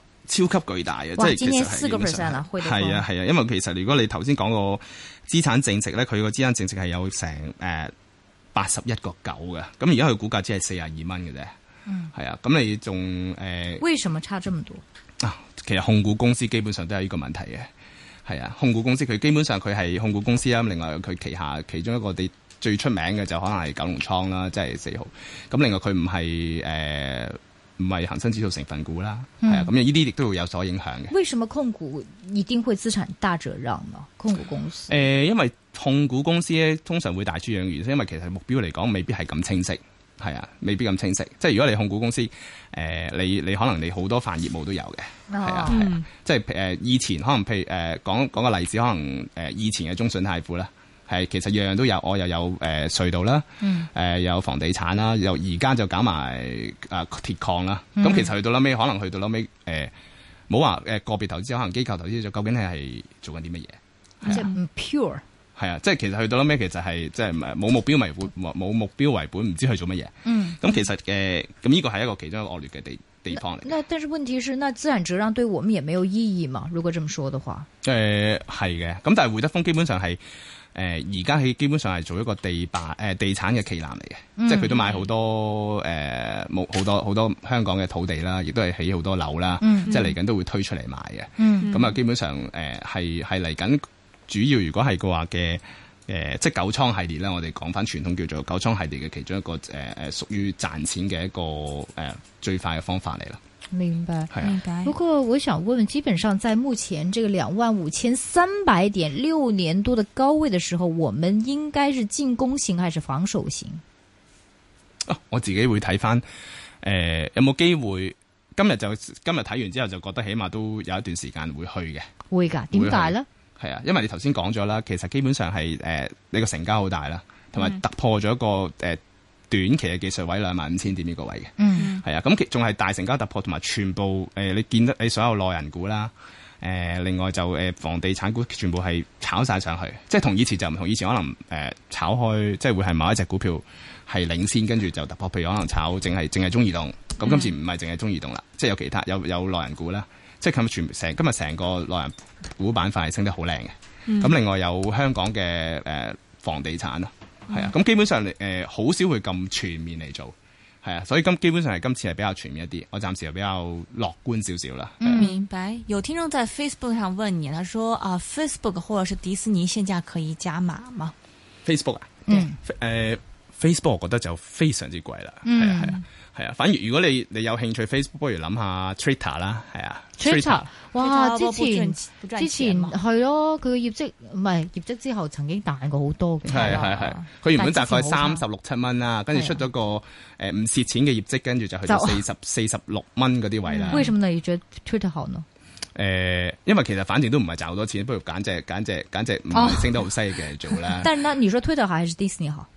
Speaker 2: 超級巨大嘅，
Speaker 3: 哇
Speaker 2: 即係其
Speaker 3: 今年
Speaker 2: 實係
Speaker 3: 4%
Speaker 2: 基本上
Speaker 3: 啦匯德豐
Speaker 2: 係啊係啊，因為其實如果你頭先講個資產淨值咧，佢個資產淨值係有成誒八十一個九嘅，咁而家佢股價只係四廿二蚊嘅啫。嗯，係啊，咁你仲誒
Speaker 3: 為什麼差這麼多？
Speaker 2: 啊，其實控股公司基本上都有呢個問題嘅，係啊，控股公司佢基本上佢係控股公司啦，啊另外佢旗下其中一個地最出名嘅就可能係九龍倉啦，即係四號。咁另外佢唔係誒唔係恒生指數成分股啦，係啊，咁呢啲亦都會有所影響嘅。
Speaker 3: 為什麼控股一定會資產大折讓呢？控股公司
Speaker 2: 誒、呃因為控股公司咧通常會大豬養魚，因為其實目標嚟講未必係咁清晰，係啊，未必咁清晰。即係如果你控股公司，誒、呃你你可能你好多泛業務都有嘅，係
Speaker 3: 哦
Speaker 2: 啊
Speaker 3: 嗯
Speaker 2: 係呃啊，即係誒、以前可能譬如誒、講講個例子，可能誒、以前嘅中信泰富啦，係其實樣樣都有，我又有誒、呃隧道啦，誒、有房地產啦，又而家就搞埋誒鐵礦啦。咁、其實去到拉尾，可能去到拉尾誒，冇話誒個別投資，可能機構投資就究竟係係做緊啲乜嘢？
Speaker 3: 即係唔嗯 pure。
Speaker 2: 係啊，即係其實去到後尾，其實係即係唔係冇目標為本，冇目標為本，唔知去做乜嘢。
Speaker 3: 嗯，
Speaker 2: 咁其實誒，咁呢個係一個其中一個惡劣嘅地地方嚟嘅。
Speaker 3: 那但是問題是，那資產折讓對我們也沒有意義嘛？如果這麼說的話，
Speaker 2: 誒呃係嘅，咁但係會德豐基本上係誒呃而家係基本上係做一個地霸誒、呃地產嘅旗艦嚟嘅，
Speaker 3: 嗯
Speaker 2: 即係佢都買好多誒冇好多好多香港嘅土地啦，亦都係起好多樓啦，即係嚟緊都會推出嚟賣嘅。
Speaker 3: 嗯
Speaker 2: 咁啊，基本上誒係係嚟緊，主要如果係嘅話嘅。誒、即係九倉系列啦，我哋講翻傳統叫做九倉系列嘅其中一個誒誒、屬於賺錢嘅一個誒、最快嘅方法嚟啦，
Speaker 3: 明白。
Speaker 2: 係啊。
Speaker 1: 明白
Speaker 3: 不。過我想問問，基本上在目前這個兩萬五千三百點六年多的高位的時候，我們應該是進攻型還是防守型？
Speaker 2: 啊我自己會睇翻誒有冇機會。今日就今日睇完之後就覺得起碼都有一段時間會去嘅，
Speaker 3: 會㗎，點解呢？
Speaker 2: 係啊，因為你頭先講咗啦，其實基本上係誒、呃你個成交好大啦，同埋突破咗一個誒、呃短期嘅技術位兩萬五千點呢個位嘅，
Speaker 3: 嗯
Speaker 2: 係啊，咁其仲係大成交突破同埋全部誒、呃你見得你所有內人股啦。誒、另外就誒、呃房地產股全部係炒晒上去，即係同以前就唔同。以前可能誒、呃炒開，即係會係某一隻股票係領先，跟住就突破。譬如可能炒淨係淨係中移動，咁今次唔係淨係中移動啦，即係有其他有有內人股啦，即係今日全成今日成個內人股板塊係升得好靚嘅。咁、另外有香港嘅誒、呃房地產啦，係啊，咁基本上誒好、少會咁全面嚟做。係啊，所以今基本上係今次係比較全面一啲，我暫時係比較樂觀少少啦。係啊
Speaker 1: 明白。有聽眾在 Facebook 上問你，他說啊，Facebook 或者是迪士尼現價可以加碼嗎？
Speaker 2: Facebook 啊，
Speaker 3: 嗯
Speaker 2: 誒、Facebook 我覺得就非常之貴啦，係啊係啊係啊，反而如果你你有興趣 Facebook，不如諗下 Twitter 啦，係啊
Speaker 3: Twitter，哇！之
Speaker 1: 不賺
Speaker 3: 前
Speaker 1: 不賺
Speaker 3: 之前
Speaker 1: 錢啊嘛
Speaker 3: 係咯，佢嘅業績唔係業績之後曾經彈過好多嘅，
Speaker 2: 係啊係係，
Speaker 3: 啊
Speaker 2: 佢原本大概
Speaker 3: 但之前好
Speaker 2: 三
Speaker 3: 差
Speaker 2: 十六七蚊啦，跟住出咗個誒唔蝕錢嘅業績，跟住就去到
Speaker 3: 啊就
Speaker 2: 四十四十六蚊嗰啲位啦。
Speaker 3: 嗯為什麼呢？你覺得 Twitter 好呢？
Speaker 2: 誒、因為其實反正都唔係賺好多錢，不如揀隻揀隻揀隻唔
Speaker 3: 哦
Speaker 2: 係升得好犀利嘅嚟做 啦。
Speaker 3: 但那你說 Twitter 好還是 Disney 好？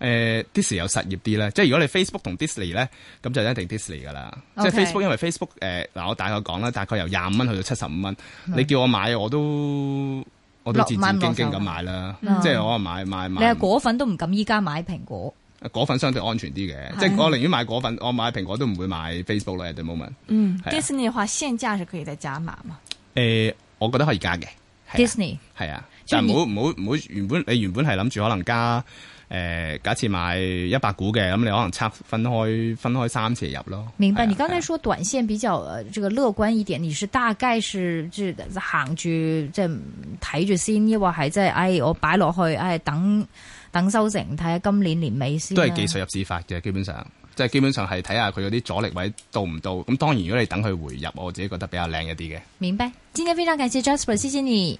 Speaker 2: 誒呃 Disney 有實業啲咧，即係如果你 Facebook 同 Disney 咧，咁就一定 Disney 噶啦。即
Speaker 3: OK
Speaker 2: 係 Facebook 因為 Facebook 誒、嗱，我大概講啦，大概由廿五蚊去到七十五蚊，你叫我買我都我都
Speaker 3: 嗯落
Speaker 2: 戰戰兢兢咁買啦，
Speaker 3: 落手嗯
Speaker 2: 即係我話買買
Speaker 3: 你
Speaker 2: 買
Speaker 3: 係果粉都唔敢依家買蘋果，
Speaker 2: 果粉相對安全啲嘅，即係我寧願買果粉，我買蘋果都唔會買 Facebook 啦。at the moment，
Speaker 1: 嗯
Speaker 2: 係啊
Speaker 1: ，Disney 的話現價是可以再加碼嘛？
Speaker 2: 誒、呃我覺得可以加嘅係啊
Speaker 3: Disney
Speaker 2: 係啊，
Speaker 3: 即係
Speaker 2: 但
Speaker 3: 你
Speaker 2: 唔好唔好唔好原本你原本係諗住可能加誒、假設買一百股嘅，咁你可能拆分開分開三次入咯。
Speaker 3: 明白？
Speaker 2: 係啊
Speaker 3: 你剛
Speaker 2: 係啊
Speaker 3: 才說短線比較呃這個樂觀一點，你是大概是即係行住即係睇住先，抑或係即係唉我擺落去，唉等等收成，睇下今年年尾先啊
Speaker 2: 都
Speaker 3: 啦。
Speaker 2: 係技術入市法嘅，基本上即係基本上係睇下佢嗰啲阻力位到唔到。咁當然，如果你等佢回入，我自己覺得比較靚一啲嘅。
Speaker 3: 明白。今天非常感謝 Jasper，謝謝你。